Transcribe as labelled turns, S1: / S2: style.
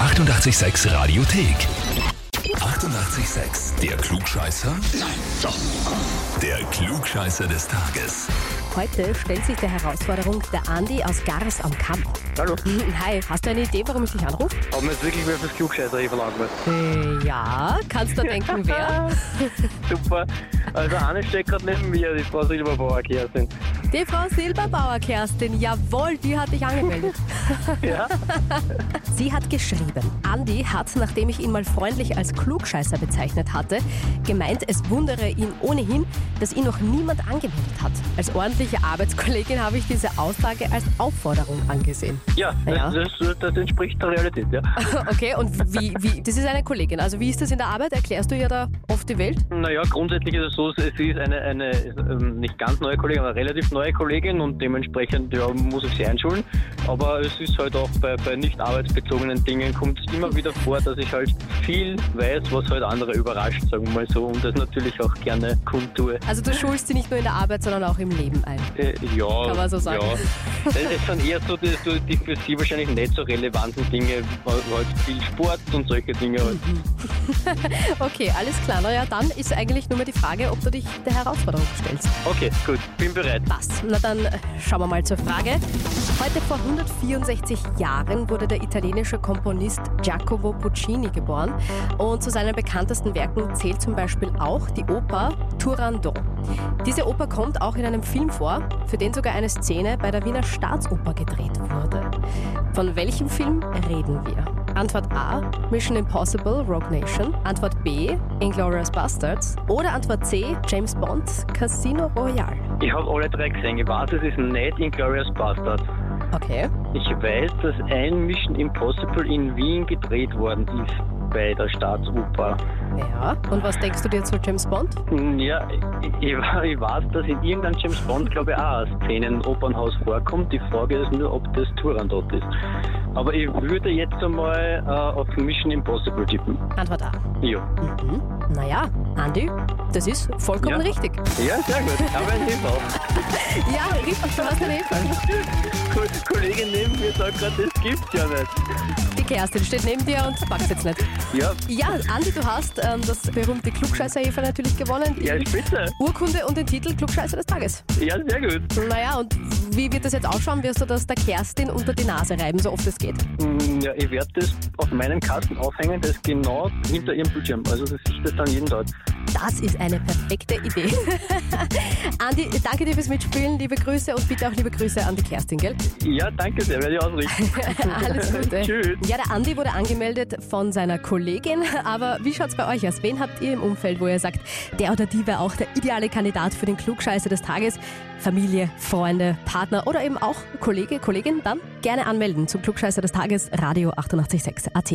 S1: 886 Radiothek. 88,6. Der Klugscheißer? Nein, doch. Der Klugscheißer des Tages.
S2: Heute stellt sich der Herausforderung der Andi aus Gars am Kamm.
S3: Hallo,
S2: Hi, hast du eine Idee, warum ich dich anrufe?
S3: haben wir jetzt wirklich wieder fürs Klugscheißer hier verlangt? was?
S2: Äh, ja, kannst du denken, wer?
S3: Super. Also eine steht gerade neben mir, die Frau Silberbauer Kerstin.
S2: Die Frau Silberbauer, Kerstin. Jawohl, die hat dich angemeldet.
S3: Ja?
S2: Sie hat geschrieben, Andi hat, nachdem ich ihn mal freundlich als Klugscheißer bezeichnet hatte, gemeint, es wundere ihn ohnehin, dass ihn noch niemand angemeldet hat. Als ordentliche Arbeitskollegin habe ich diese Aussage als Aufforderung angesehen.
S3: Ja,
S2: Ja.
S3: das, das, das entspricht der Realität, ja.
S2: Okay, und wie, wie, das ist eine Kollegin. Also wie ist das in der Arbeit? Erklärst du ihr da oft die Welt?
S3: Naja, grundsätzlich ist es so, sie ist eine, eine ähm, nicht ganz neue Kollegin, aber relativ neue Kollegin und dementsprechend ja, muss ich sie einschulen. Aber es ist halt auch bei, bei nicht arbeitsbezogenen Dingen kommt es immer wieder vor, dass ich halt viel weiß, was halt andere überrascht, sagen wir mal so, und das natürlich auch gerne kundtue.
S2: Also du schulst sie nicht nur in der Arbeit, sondern auch im Leben ein.
S3: Äh, ja.
S2: Kann man so sagen.
S3: Ja. Das das sind eher so die, so die für sie wahrscheinlich nicht so relevanten Dinge, weil halt viel Sport und solche Dinge. halt.
S2: Okay, alles klar. Naja, dann ist eigentlich nur mehr die Frage, ob du dich der Herausforderung stellst.
S3: Okay, gut, bin bereit.
S2: Passt. Na dann äh, schauen wir mal zur Frage. Heute vor 164 Jahren wurde der italienische Komponist Giacomo Puccini geboren und zu seinen bekanntesten Werken zählt zum Beispiel auch die Oper Turandot. Diese Oper kommt auch in einem Film vor, für den sogar eine Szene bei der Wiener Staatsoper gedreht wurde. Von welchem Film reden wir? Antwort A, Mission Impossible, Rogue Nation. Antwort B, Inglourious Bastards. Oder Antwort C, James Bond, Casino Royale.
S3: Ich habe alle drei gesehen. Ich weiß, es ist nicht Inglourious Bastard.
S2: Okay.
S3: Ich weiß, dass ein Mission Impossible in Wien gedreht worden ist bei der Staatsoper.
S2: Ja. Und was denkst du dir zu James Bond?
S3: Ja, ich, ich weiß, dass in irgendeinem James Bond, glaube ich, auch eine Szene im Opernhaus vorkommt. Die Frage ist nur, ob das Turandot ist. Aber ich würde jetzt einmal äh, auf Mission Impossible tippen.
S2: Antwort A.
S3: Ja.
S2: Mhm. Naja, Andi, das ist vollkommen
S3: Ja.
S2: richtig.
S3: Ja, sehr gut. Aber ein Tipp auch.
S2: Ja, richtig, du hast den Hilfe.
S3: Ko Kollegin neben mir sagt gerade, das gibt's ja nicht.
S2: Die Kerstin steht neben dir und packt jetzt nicht.
S3: Ja,
S2: Ja, Andi, du hast ähm, das berühmte Klugscheißer-Hefe natürlich gewonnen. Die
S3: ja, spitze.
S2: Urkunde und den Titel Klugscheißer des Tages.
S3: Ja, sehr gut.
S2: Naja, und wie wird das jetzt ausschauen? Wirst du das der Kerstin unter die Nase reiben, so oft es geht?
S3: Hm, Ja, ich werde das auf meinem Kasten aufhängen, das ist genau hinter ihrem Bildschirm. Also das ist das dann jeden Tag.
S2: Das ist eine perfekte Idee. Andi, danke dir fürs Mitspielen, liebe Grüße und bitte auch liebe Grüße an die Kerstin, gell?
S3: Ja, danke sehr, werde ich ausrichten.
S2: Alles Gute.
S3: Tschüss.
S2: Ja, der Andi wurde angemeldet von seiner Kollegin. Aber wie schaut's bei euch aus? Wen habt ihr im Umfeld, wo ihr sagt, der oder die wäre auch der ideale Kandidat für den Klugscheißer des Tages? Familie, Freunde, Partner oder eben auch Kollege, Kollegin? Dann gerne anmelden zum Klugscheißer des Tages, Radio 886 AT.